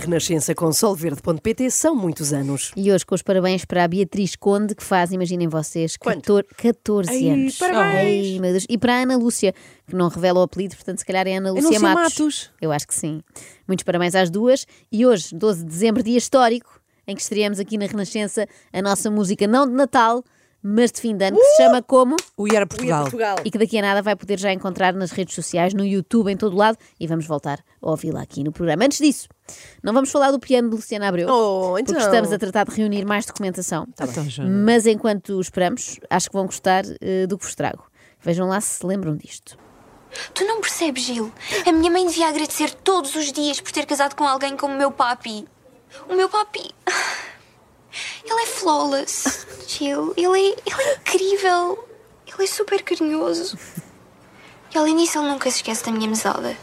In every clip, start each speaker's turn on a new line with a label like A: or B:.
A: Renascença com solverde.pt são muitos anos.
B: E hoje com os parabéns para a Beatriz Conde, que faz, imaginem vocês,
A: Quanto?
B: 14, 14
A: Ai,
B: anos.
A: parabéns!
B: Ai, meu Deus. E para a Ana Lúcia, que não revela o apelido, portanto, se calhar é Ana Lúcia,
A: Lúcia
B: Matos.
A: Matos.
B: Eu acho que sim. Muitos parabéns às duas. E hoje, 12 de dezembro, dia histórico, em que estreamos aqui na Renascença a nossa música, não de Natal, mas de fim de ano, que se
A: Uh!
B: chama como?
C: O IER Portugal.
B: E que daqui a nada vai poder já encontrar nas redes sociais, no YouTube, em todo lado. E vamos voltar a ouvi-la aqui no programa. Antes disso, não vamos falar do piano de Luciana Abreu.
A: Oh, então.
B: Porque estamos a tratar de reunir mais documentação.
C: bem. Então, Joana.
B: Mas enquanto esperamos, acho que vão gostar eh, do que vos trago. Vejam lá se se lembram disto.
D: Tu não percebes, Gil? A minha mãe devia agradecer todos os dias por ter casado com alguém como o meu papi. O meu papi. Ele é flawless, Gil. Ele é, ele é incrível. Ele é super carinhoso. E além disso, ele nunca se esquece da minha mesada.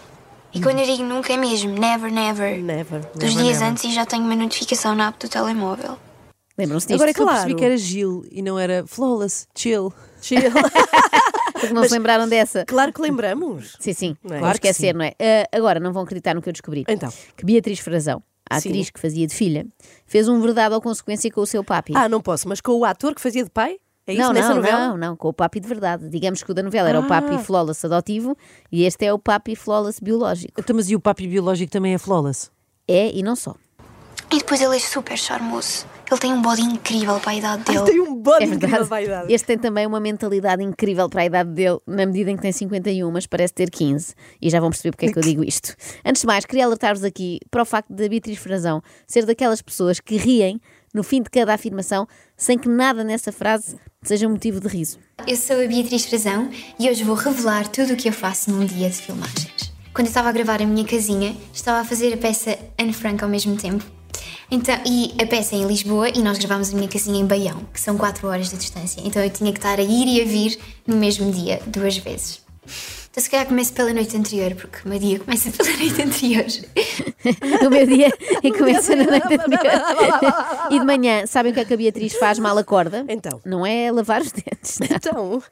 D: E quando eu digo nunca é mesmo, never, never.
A: Never.
D: Dos
A: never,
D: dias
A: never.
D: antes e já tenho uma notificação na app do telemóvel.
B: Lembram-se disto?
C: Agora é que
A: Claro.
C: eu percebi que era Gil e não era Flawless, Chill.
A: Chill.
B: Porque não se lembraram dessa.
A: claro que lembramos.
B: Sim, sim.
A: Não é?
B: Vão
A: Claro
C: que
B: esquecer,
C: sim.
B: não é? Ah, agora, não vão acreditar no que eu descobri.
A: Então.
B: Que Beatriz Frazão, a
A: Sim.
B: atriz que fazia de filha, fez um verdade ou consequência com o seu papi.
A: Ah, não posso, mas com o ator que fazia de pai? É isso
B: não,
A: nessa
B: não,
A: novela?
B: não, não, com o papi de verdade. Digamos que o da novela era o papi
A: Ah.
B: flawless adotivo e este é o papi flawless biológico.
C: Então, mas e o papi biológico também é Flawless?
B: É e não só.
D: E depois ele é super charmoso. Ele tem um body incrível para a idade dele.
A: Tem um bode
B: É
A: incrível
B: verdade.
A: de vaidade.
B: Este tem também uma mentalidade incrível para a idade dele, na medida em que tem 51, mas parece ter 15. E já vão perceber porque é que eu digo isto. Antes de mais, queria alertar-vos aqui para o facto de a Beatriz Frazão ser daquelas pessoas que riem no fim de cada afirmação, sem que nada nessa frase seja motivo de riso.
E: Eu sou a Beatriz Frazão e hoje vou revelar tudo o que eu faço num dia de filmagens. Quando eu estava a gravar a minha casinha, estava a fazer a peça Anne Frank ao mesmo tempo. Então, e a peça é em Lisboa e nós gravámos a minha casinha em Baião, que são 4 horas de distância. Então eu tinha que estar a ir e a vir no mesmo dia, duas vezes. Então se calhar começo pela noite anterior, porque o meu dia começa pela noite anterior.
B: O meu dia é começa na noite anterior. E de manhã, sabem o que é que a Beatriz faz mal acorda?
A: Então.
B: Não é lavar os dentes. não.
A: Então,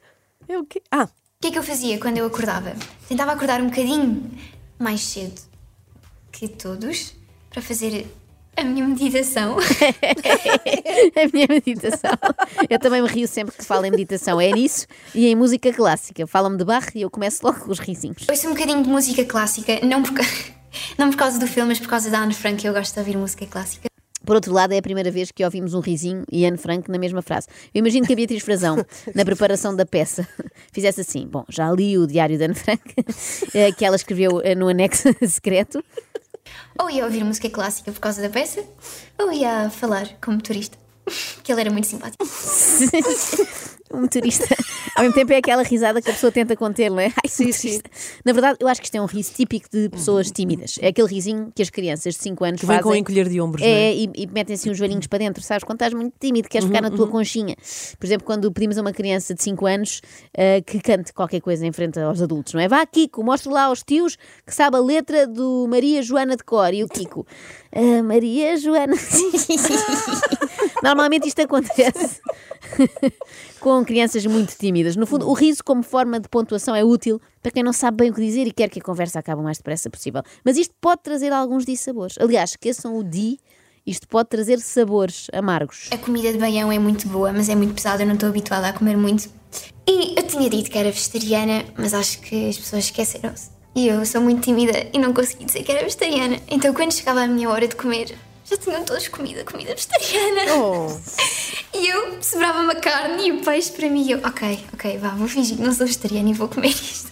A: é o quê? Ah,
E: O que é que eu fazia quando eu acordava? Tentava acordar um bocadinho mais cedo que todos para fazer a minha meditação.
B: É A minha meditação. Eu também me rio sempre que falo em meditação. É nisso e em música clássica. Falam-me de barro e eu começo logo com os risinhos.
E: Ouço um bocadinho de música clássica, não por, ca- não por causa do filme, mas por causa da Anne Frank, eu gosto de ouvir música clássica.
B: Por outro lado, é a primeira vez que ouvimos um risinho e Anne Frank na mesma frase. Eu imagino que a Beatriz Frazão, na preparação da peça, fizesse assim: Bom, já li o diário de Anne Frank, eh, que ela escreveu eh, no anexo secreto.
E: Ou ia ouvir música clássica por causa da peça, ou ia falar como turista, que ele era muito simpático.
B: um motorista. Ao mesmo tempo é aquela risada que a pessoa tenta conter, não é? Ai, sim, Na verdade, eu acho que isto é um riso típico de pessoas tímidas. É aquele risinho que as crianças de 5 anos
C: Uhum. Que vem
B: fazem.
C: com um encolher de ombros, não é? Uhum,
B: É, e, e metem assim os joelhinhos para dentro, sabes? Quando estás muito tímido, queres ficar na tua conchinha. Por exemplo, quando pedimos a uma criança de 5 anos ah, que cante qualquer coisa em frente aos adultos, não é? Vá, Kiko, mostra lá aos tios que sabe a letra do Maria Joana de Cor e o Kiko. "Ah, Maria Joana. Normalmente isto acontece com crianças muito tímidas. No fundo, o riso como forma de pontuação é útil para quem não sabe bem o que dizer e quer que a conversa acabe o mais depressa possível. Mas isto pode trazer alguns dissabores. Aliás, esqueçam o di, isto pode trazer sabores amargos.
E: A comida de Baião é muito boa, mas é muito pesada, eu não estou habituada a comer muito. E eu tinha dito que era vegetariana, mas acho que as pessoas esqueceram-se. E eu sou muito tímida e não consegui dizer que era vegetariana. Então quando chegava a minha hora de comer, já tinham todos comida, comida vegetariana.
B: Oh.
E: E eu sobrava-me a carne e o peixe para mim. E eu, ok, ok, vá, vou fingir que não sou vegetariana e vou comer isto.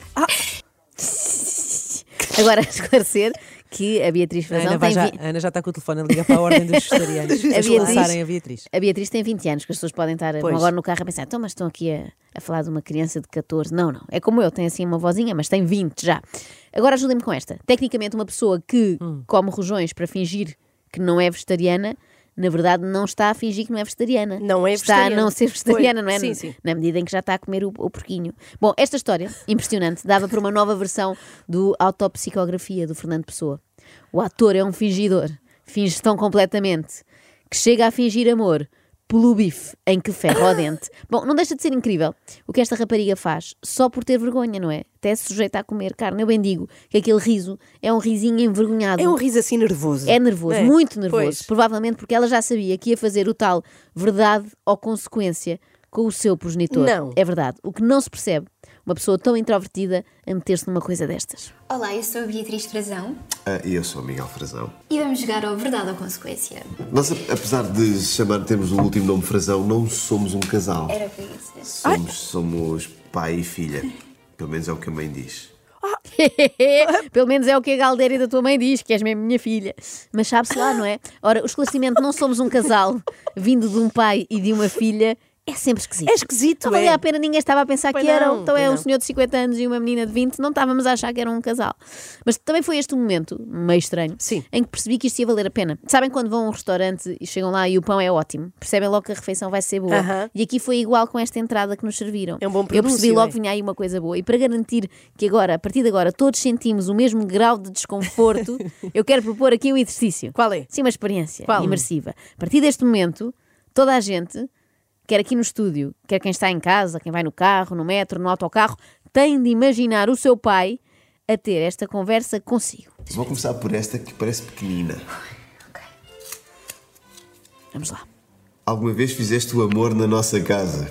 B: Agora, esclarecer que a Beatriz
C: A Ana,
B: Frazão
C: vai
B: tem.
C: já,
B: vi-
C: a Ana já está com o telefone a ligar para a ordem dos vegetarianos.
B: A
C: Para
B: Beatriz-
C: expulsarem a Beatriz.
B: A Beatriz tem 20 anos, que as pessoas podem estar
A: Pois.
B: agora no carro a pensar, então, mas estão aqui a, a falar de uma criança de 14. Não, não. É como eu, tem assim uma vozinha, mas tem 20 já. Agora ajudem-me com esta. Tecnicamente, uma pessoa que
A: Hum.
B: come rojões para fingir que não é vegetariana, na verdade não está a fingir que não é vegetariana.
A: Não é
B: está
A: vegetariana.
B: a não ser vegetariana,
A: Pois.
B: não é?
A: Sim, sim.
B: Na medida em que já está a comer o, o porquinho. Bom, esta história, impressionante, dava para uma nova versão do Autopsicografia do Fernando Pessoa. O ator é um fingidor, finge tão completamente, que chega a fingir amor pelo bife em que ferro ao dente. Bom, não deixa de ser incrível o que esta rapariga faz só por ter vergonha, não é? Até se sujeita a comer carne. Eu bem digo que aquele riso é um risinho envergonhado.
A: É um riso assim nervoso.
B: É nervoso,
A: É,
B: muito nervoso.
A: pois.
B: Provavelmente porque ela já sabia que ia fazer o tal verdade ou consequência com o seu progenitor.
A: Não.
B: É verdade. O que não se percebe, uma pessoa tão introvertida a meter-se numa coisa destas.
E: Olá, eu sou a Beatriz Frazão
F: Ah, E eu sou o Miguel Frazão.
E: e vamos jogar ao Verdade ou Consequência.
F: Nós, a- apesar de chamar, termos o último nome Frazão, não somos um casal.
E: Era o que eu ia dizer.
F: Somos, somos pai e filha. Pelo menos é o que a mãe diz.
B: Pelo menos é o que a Galdeira da tua mãe diz, que és mesmo minha filha. Mas sabe-se lá, não é? Ora, o esclarecimento não somos um casal vindo de um pai e de uma filha é sempre esquisito.
A: É esquisito,
B: Não valia
A: é.
B: a pena, ninguém estava a pensar
A: Pois
B: que eram.
A: não,
B: Então é
A: pois
B: um
A: não.
B: senhor de 50 anos e uma menina de 20, não estávamos a achar que eram um casal. Mas também foi este um momento, meio estranho,
A: Sim.
B: em que percebi que isto ia valer a pena. Sabem quando vão a um restaurante e chegam lá e o pão é ótimo? Percebem logo que a refeição vai ser boa.
A: Aham.
B: E aqui foi igual com esta entrada que nos serviram.
A: É um bom
B: Eu percebi
A: prenúncio, é?
B: logo que vinha aí uma coisa boa. E para garantir que agora, a partir de agora, todos sentimos o mesmo grau de desconforto, eu quero propor aqui um exercício.
A: Qual é?
B: Sim, uma experiência
A: Qual?
B: imersiva. A partir deste momento, toda a gente, quer aqui no estúdio, quer quem está em casa, quem vai no carro, no metro, no autocarro, tem de imaginar o seu pai a ter esta conversa consigo.
F: Vou começar por esta que parece pequenina.
B: Vamos lá.
F: Alguma vez fizeste o amor na nossa casa?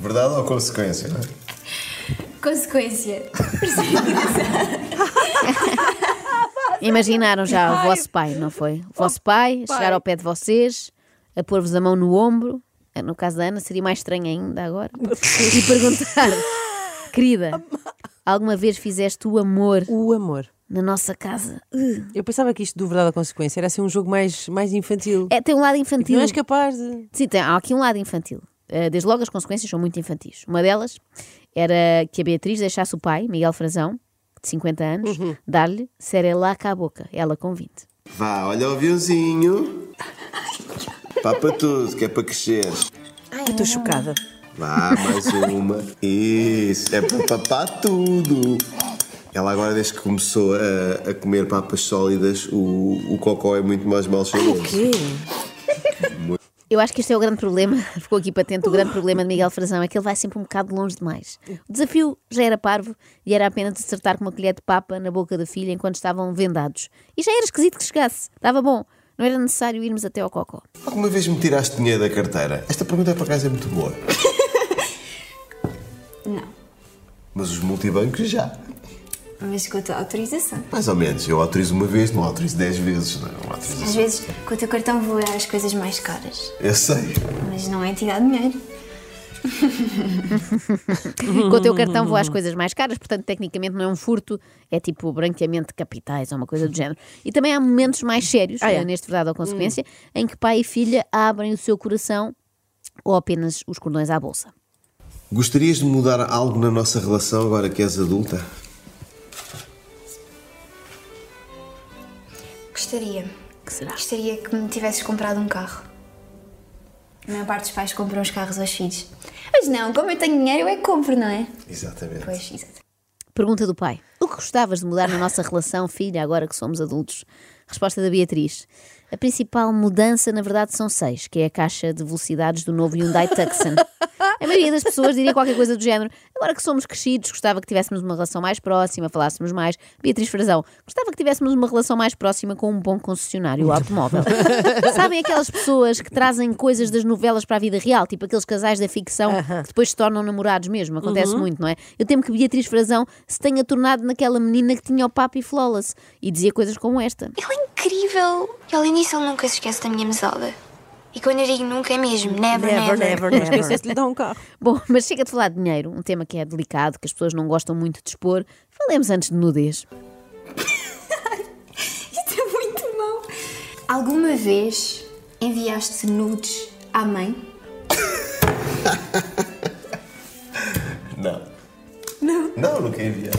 F: Verdade ou consequência? não é?
E: Consequência.
B: Imaginaram já o vosso pai, não foi? O vosso pai, a chegar ao pé de vocês, a pôr-vos a mão no ombro, eh, no caso da Ana seria mais estranho ainda agora, e perguntar: Querida, alguma vez fizeste o amor
C: O amor.
B: na nossa casa?
C: Eu pensava que isto do Verdade à Consequência era assim um jogo mais, mais infantil.
B: É, tem um lado
C: E que
B: infantil.
C: não és capaz de.
B: Sim, tem, há aqui um lado infantil. Eh, Desde logo as consequências são muito infantis. Uma delas era que a Beatriz deixasse o pai, Miguel Frazão, de 50 anos, dar-lhe serelaca à boca, ela com 20.
F: Vá, olha o aviãozinho. Pá para tudo, que é para crescer.
A: Eu estou chocada.
F: Vá, mais uma. Isso, é para papar tudo. Ela agora, desde que começou a, a comer papas sólidas, o, o cocó é muito mais mal cheiroso.
C: É.
A: Quê?
B: Eu acho que este é o grande problema, ficou aqui patente, o grande problema de Miguel Frazão é que ele vai sempre um bocado longe demais. O desafio já era parvo e era apenas de acertar com uma colher de papa na boca da filha enquanto estavam vendados. E já era esquisito que chegasse, estava bom, não era necessário irmos até ao cocó.
F: Alguma vez me tiraste dinheiro da carteira? Esta pergunta é para casa é muito boa.
E: Não,
F: Mas os multibancos já.
E: mas com a tua autorização.
F: Mais ou menos. Eu autorizo uma vez, não autorizo dez vezes. Não, não autorizo.
E: Às vezes, com o teu cartão vou às coisas mais caras,
F: Eu sei.
E: mas não é te dar dinheiro.
B: Com o teu cartão vou
A: Hum.
B: às coisas mais caras, portanto, tecnicamente não é um furto, é tipo branqueamento de capitais ou uma coisa do género. E também há momentos mais sérios,
A: Ah, é? Hum.
B: eh, neste verdade ou consequência, em que pai e filha abrem o seu coração ou apenas os cordões à bolsa.
F: Gostarias de mudar algo na nossa relação agora que és adulta?
E: Gostaria.
B: Que será?
E: Gostaria que me tivesses comprado um carro. A maior parte dos pais compram os carros aos filhos. Mas não, como eu tenho dinheiro, eu é que compro, não é?
F: Exatamente.
E: Pois, exato.
B: Pergunta do pai: O que gostavas de mudar na nossa relação, filha, agora que somos adultos? Resposta da Beatriz: A principal mudança, na verdade, são seis, que é a caixa de velocidades do novo Hyundai Tucson. A maioria das pessoas diria qualquer coisa do género. Agora que somos crescidos, gostava que tivéssemos uma relação mais próxima, falássemos mais. Beatriz Frazão, gostava que tivéssemos uma relação mais próxima com um bom concessionário automóvel. Sabem aquelas pessoas que trazem coisas das novelas para a vida real, tipo aqueles casais da ficção que depois se tornam namorados mesmo? Acontece muito, não é? Eu temo que Beatriz Frazão se tenha tornado naquela menina que tinha o papo e flawless e dizia coisas como esta.
D: Ele é incrível. E além disso, ele nunca se esquece da minha mesada. E quando eu digo nunca é mesmo. Never, never.
A: Never, never, never.
C: Esqueceste-lhe de dar um carro.
B: Bom, mas chega de falar de dinheiro, um tema que é delicado, que as pessoas não gostam muito de expor. Falemos antes de nudez.
E: Isto é muito mau. Alguma vez enviaste nudes à mãe?
F: Não. Não? Não, nunca enviar.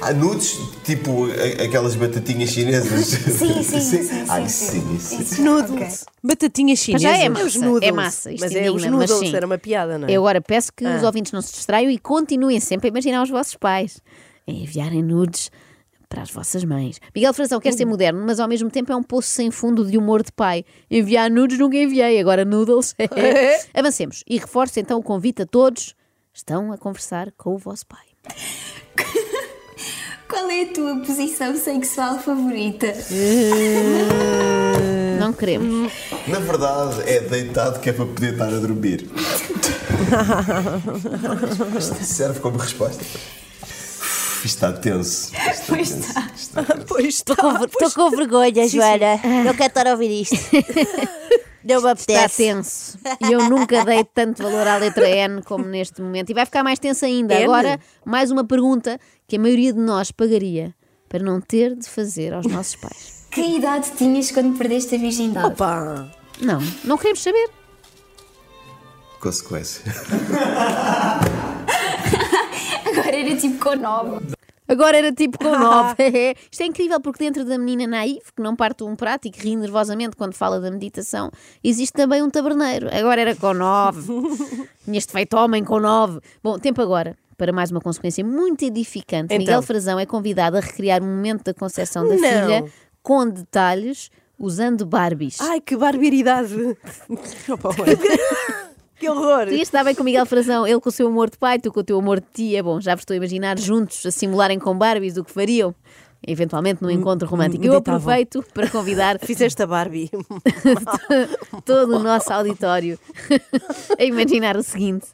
F: Há nudes, tipo a- aquelas batatinhas chinesas.
E: Sim, sim, sim, sim,
F: Ai,
E: sim.
F: sim, sim.
A: Noodles.
C: Batatinha
B: Mas
C: chinesa.
B: já é
A: É os
B: massa,
A: noodles.
B: é massa. Isto
A: Mas é
B: indigna,
A: os
B: mas
A: noodles,
B: sim.
A: era uma piada, não é?
B: Eu agora peço que os ouvintes não se distraiam e continuem sempre a imaginar os vossos pais a enviarem nudes para as vossas mães. Miguel Frazão quer ser moderno, mas ao mesmo tempo é um poço sem fundo de humor de pai. Enviar nudes nunca enviei, agora noodles. é. Avancemos e reforço então o convite a todos: estão a conversar com o vosso pai.
E: Qual é a tua posição sexual favorita?
B: Não queremos.
F: Na verdade, é deitado que é para poder estar a dormir. Serve como resposta. Uf, Isto está tenso. Isto está tenso. Isto está tenso.
A: Pois está.
G: Estou com vergonha, Joana. Não quero estar a ouvir isto. Não
B: Está
G: me apetece.
B: tenso. E eu nunca dei tanto valor à letra N como neste momento. E vai ficar mais tenso ainda.
A: N?
B: Agora, mais uma pergunta que a maioria de nós pagaria para não ter de fazer aos nossos pais.
E: Que idade tinhas quando perdeste a virgindade?
A: Opa.
B: Não, não queremos saber.
F: Consequência.
E: Agora era tipo com nove.
B: Agora era tipo com 9. Isto é incrível porque dentro da menina naive, que não parte um prato e que ri nervosamente quando fala da meditação, existe também um taberneiro. Agora era com 9. Neste feito homem com 9. Bom, tempo agora. Para mais uma consequência muito edificante,
A: Então.
B: Miguel Frazão é convidado a recriar o momento da concepção da
A: Não.
B: filha com detalhes, usando Barbies.
A: Ai, que barbaridade. que horror.
B: Tu ias dar bem com o Miguel Frazão, ele com o seu amor de pai, tu com o teu amor de tia. Bom, já vos estou a imaginar juntos a simularem com Barbies o que fariam, eventualmente num encontro romântico. Eu
C: meditavam.
B: aproveito para convidar
A: Fizeste a Barbie.
B: todo o nosso auditório a imaginar o seguinte: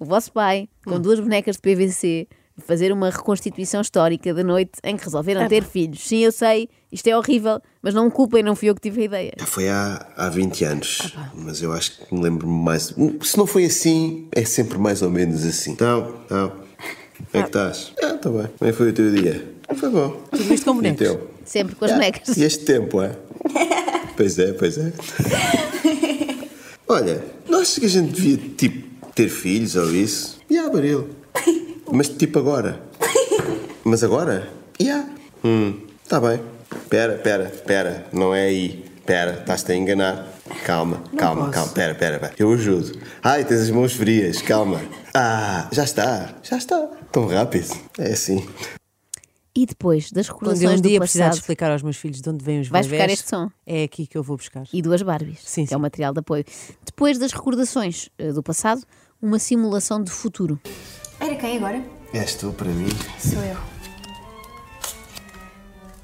B: o vosso pai,
C: Hum.
B: com duas bonecas de PVC, a fazer uma reconstituição histórica da noite em que resolveram
C: É.
B: ter filhos. Sim, eu sei, isto é horrível, mas não me culpem, não fui eu que tive a ideia.
F: Já foi há, há 20 anos, mas eu acho que me lembro mais. Se não foi assim, é sempre mais ou menos assim. Então, então. Como é que estás? Ah, está bem. Como é que foi o teu dia? Foi bom.
C: Tudo isto com
F: E o
C: bonecos.
F: teu?
B: Sempre com as
F: Ah,
B: bonecas.
F: E este tempo, é? pois é, pois é. Olha, não achas que a gente devia, tipo, ter filhos ou isso? E yeah, Barilo. Mas, tipo, agora. Mas agora? E yeah. Hum, tá bem. Pera, pera, pera. Não é aí. Pera, estás-te a enganar. Calma, calma, calma. Pera, pera, pera. Eu ajudo. Ai, tens as mãos frias. Calma. Ah, já está. Já está. Tão rápido. É assim.
B: E depois das
C: Quando eu um
B: recordações do
C: dia precisar de
B: passado
C: explicar aos meus filhos de onde vêm os
B: Vais
C: bebés,
B: buscar este som?
C: é aqui que eu vou buscar.
B: e duas Barbies,
C: Sim,
B: que é
C: sim.
B: o material de apoio. Depois das recordações eh, do passado, uma simulação de futuro.
E: Era quem agora?
F: És tu para mim.
E: Sou eu.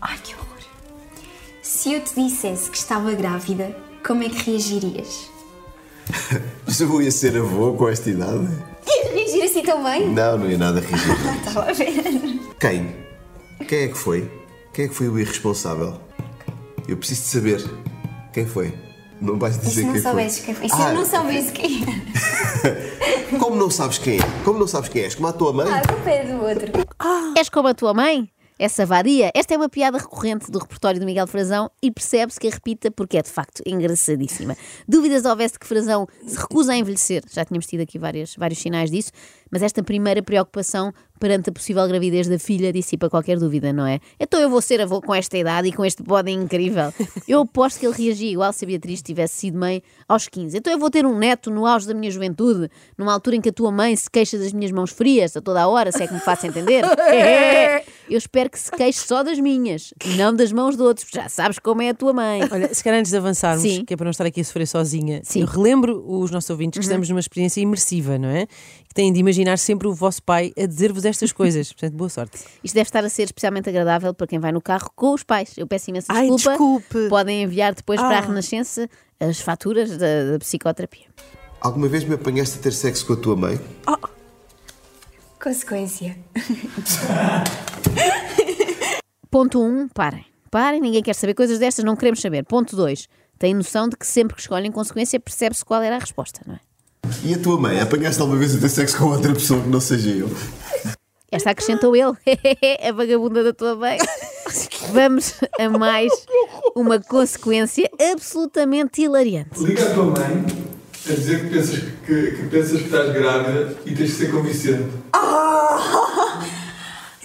E: Ai, que horror. Se eu te dissesse que estava grávida, como é que reagirias?
F: Mas eu ia ser avô com esta idade?
E: Ias reagir assim tão bem?
F: Não, não ia nada rígido.
E: Estava a ver.
F: Quem? Quem é que foi? Quem é que foi o irresponsável? Eu preciso de saber. Quem foi? Não vais
E: E
F: dizer
E: se não
F: quem
E: soubesse
F: foi.
E: quem foi? E se
F: Ah,
E: eu não soubesse quem era?
F: Como não sabes quem é? Como não sabes quem és? Como a tua mãe?
E: Ah, a culpa é do outro.
B: És como a tua mãe? Essa vadia? Esta é uma piada recorrente do repertório do Miguel Frazão e percebe-se que a repita porque é de facto engraçadíssima. Dúvidas houvesse de que Frazão se recusa a envelhecer, já tínhamos tido aqui várias, vários sinais disso, mas esta primeira preocupação perante a possível gravidez da filha dissipa qualquer dúvida, não é? Então eu vou ser avô com esta idade e com este body incrível. Eu aposto que ele reagia igual se a Beatriz tivesse sido mãe aos 15. Então eu vou ter um neto no auge da minha juventude, numa altura em que a tua mãe se queixa das minhas mãos frias a toda a hora, se é que me faço entender. Eu espero que se queixe só das minhas, não das mãos de outros, porque já sabes como é a tua mãe.
C: Olha, se calhar antes de avançarmos,
B: Sim.
C: que é para não estar aqui a sofrer sozinha,
B: Sim.
C: eu relembro os nossos ouvintes que
A: Uhum.
C: estamos numa experiência imersiva, não é? Que têm de imaginar sempre o vosso pai a dizer-vos estas coisas. Portanto, boa sorte.
B: Isto deve estar a ser especialmente agradável para quem vai no carro com os pais. Eu peço imensa
A: Ai,
B: desculpa.
A: desculpe.
B: Podem enviar depois para a
A: Ah.
B: Renascença as faturas da, da psicoterapia.
F: Alguma vez me apanhaste a ter sexo com a tua mãe?
E: Consequência.
B: Ponto 1, um, parem. Parem, ninguém quer saber coisas destas, não queremos saber. Ponto 2, têm noção de que sempre que escolhem consequência percebe-se qual era a resposta, não é?
F: E a tua mãe? Apanhaste alguma vez a ter sexo com outra pessoa que não seja eu?
B: Esta acrescentou ele, a vagabunda da tua mãe. Vamos a mais uma consequência absolutamente hilariante.
H: Liga à tua mãe a dizer que pensas que, que pensas que estás grávida e tens de ser convincente.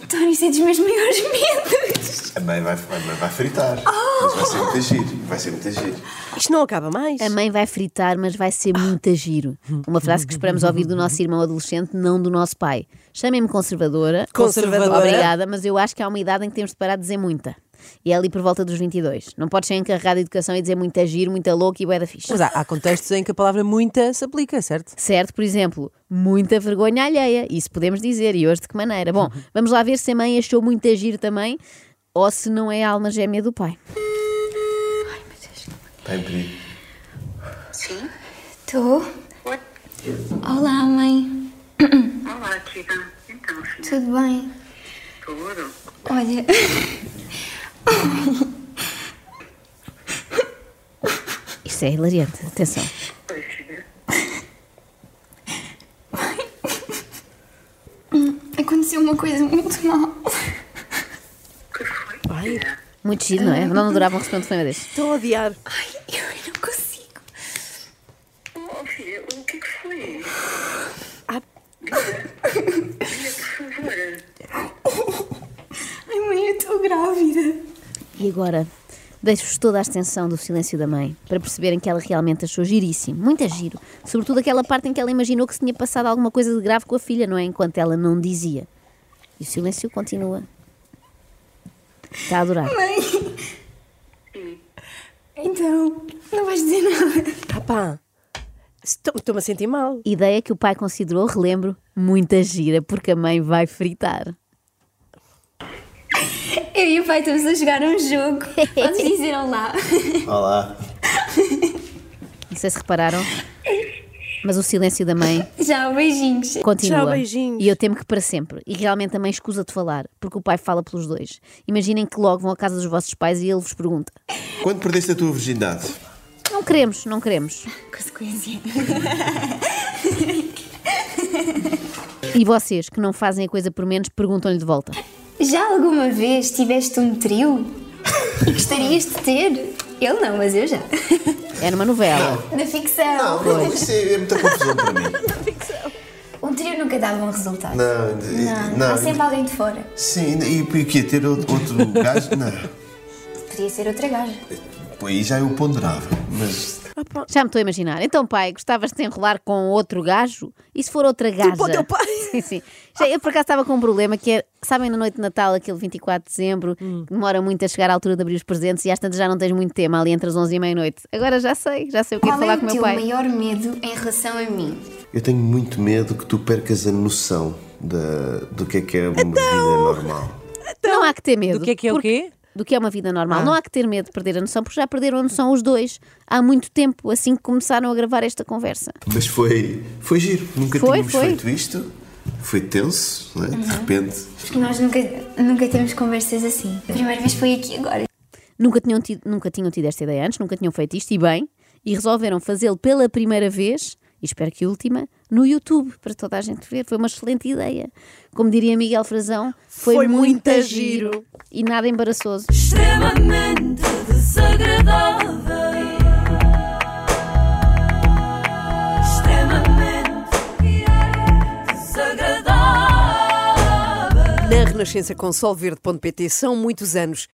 E: António, isso é dos meus maiores medos. Oh!
F: A mãe vai, a mãe vai fritar. Mas vai ser muito agir. Vai ser muito agir.
A: Isto não acaba mais.
C: É
B: A mãe vai fritar, mas vai ser muito giro. Uma frase que esperamos ouvir do nosso irmão adolescente, não do nosso pai. Chamem-me conservadora.
A: Conservadora.
B: Obrigada, mas eu acho que há uma idade em que temos de parar de dizer muita. E é ali por volta dos 22. Não podes ser encarregado de educação e dizer muita giro, muita louca e bué da fixe.
C: Mas há, há contextos em que a palavra muita se aplica, certo?
B: Certo, por exemplo, muita vergonha alheia. Isso podemos dizer, e hoje de que maneira. Bom, vamos lá ver se a mãe achou muito agir também ou se não é a alma gêmea do pai.
F: Está em perigo.
I: Sim?
E: Estou.
I: Oi?
E: Olá, mãe.
I: Olá, querida. Então, filha,
E: Tudo bem?
I: tudo?
E: Olha.
B: Isto é hilariante, atenção.
I: Oi, filha.
E: Aconteceu uma coisa muito mal.
I: que foi?
B: Muito giro, não é? Não durava um responde foi deste.
A: Estou a odiar.
E: Ai, eu não consigo.
I: Oh, filha, o que é que foi?
A: Ah.
I: Diga, diga, por favor.
E: Ai, mãe, eu estou grávida.
B: E agora, deixo-vos toda a extensão do silêncio da mãe, para perceberem que ela realmente achou giríssimo, muito é giro, sobretudo aquela parte em que ela imaginou que se tinha passado alguma coisa de grave com a filha, não é? Enquanto ela não dizia. E o silêncio continua. Está a adorar.
E: Então, não vais dizer nada.
A: Ah, pá. Estou- Estou-me a sentir mal.
B: Ideia que o pai considerou, relembro, muita gira, porque a mãe vai fritar.
E: Eu e o pai estamos a jogar um jogo. Podes dizer olá.
F: Olá.
B: Não sei se repararam, mas o silêncio da mãe
E: Já, beijinhos.
B: Continua.
A: Tchau, beijinhos.
B: E eu temo que para sempre. E realmente a mãe escusa de falar, porque o pai fala pelos dois. Imaginem que logo vão à casa dos vossos pais e ele vos pergunta:
F: Quando perdeste a tua virgindade?
B: Não queremos, não queremos.
E: Consequência.
B: E vocês, que não fazem a coisa por menos, perguntam-lhe de volta.
E: Já alguma vez tiveste um trio? E gostarias de ter? Ele não, mas eu já.
B: É numa novela.
E: Na ficção.
F: não, isso é, é muita confusão para mim.
E: Um trio nunca dava um resultado.
F: Não,
E: Não,
F: não.
E: há sempre alguém de fora.
F: Sim, e e o quê? Ter outro, outro gajo? Não.
E: Podia ser outra gaja.
F: Pô, Aí já eu ponderava, mas.
B: Já me estou a imaginar. Então, pai, gostavas de te enrolar com outro gajo? E se for outra gaja?
A: ao Tipo, teu pai?
B: Sim, sim. Já, eu por acaso estava com um problema que é, sabem, na noite de Natal, aquele 24 de dezembro,
A: Hum.
B: que demora muito a chegar à altura de abrir os presentes e às tantas já não tens muito tema ali entre as 11 e meia-noite. Agora já sei, já sei o que é de
E: Qual
B: falar
E: é
B: com o
E: o
B: meu
E: teu
B: pai.
E: maior medo em relação a mim?
F: Eu tenho muito medo que tu percas a noção da, do que é que é uma vida normal.
B: Não há que ter medo.
C: Do que é que é o
B: porque-
C: quê? Ah.
B: Do que é uma vida normal. Não há que ter medo de perder a noção, porque já perderam a noção os dois há muito tempo, assim que começaram a gravar esta conversa.
F: Mas foi, foi giro, nunca
B: Foi,
F: tínhamos
B: foi.
F: feito isto. Foi tenso, não é? de repente.
E: Porque nós nunca, nunca temos conversas assim. A primeira vez foi aqui agora.
B: Nunca tinham tido, nunca tinham tido esta ideia antes, nunca tinham feito isto, e bem, e resolveram fazê-lo pela primeira vez, e espero que última, no YouTube, para toda a gente ver. Foi uma excelente ideia. Como diria Miguel Frazão, foi,
A: Foi muito
B: muito
A: giro.
B: giro e nada embaraçoso.
J: extremamente desagradável, extremamente desagradável.
A: Na Renascença com solverde.pt são muitos anos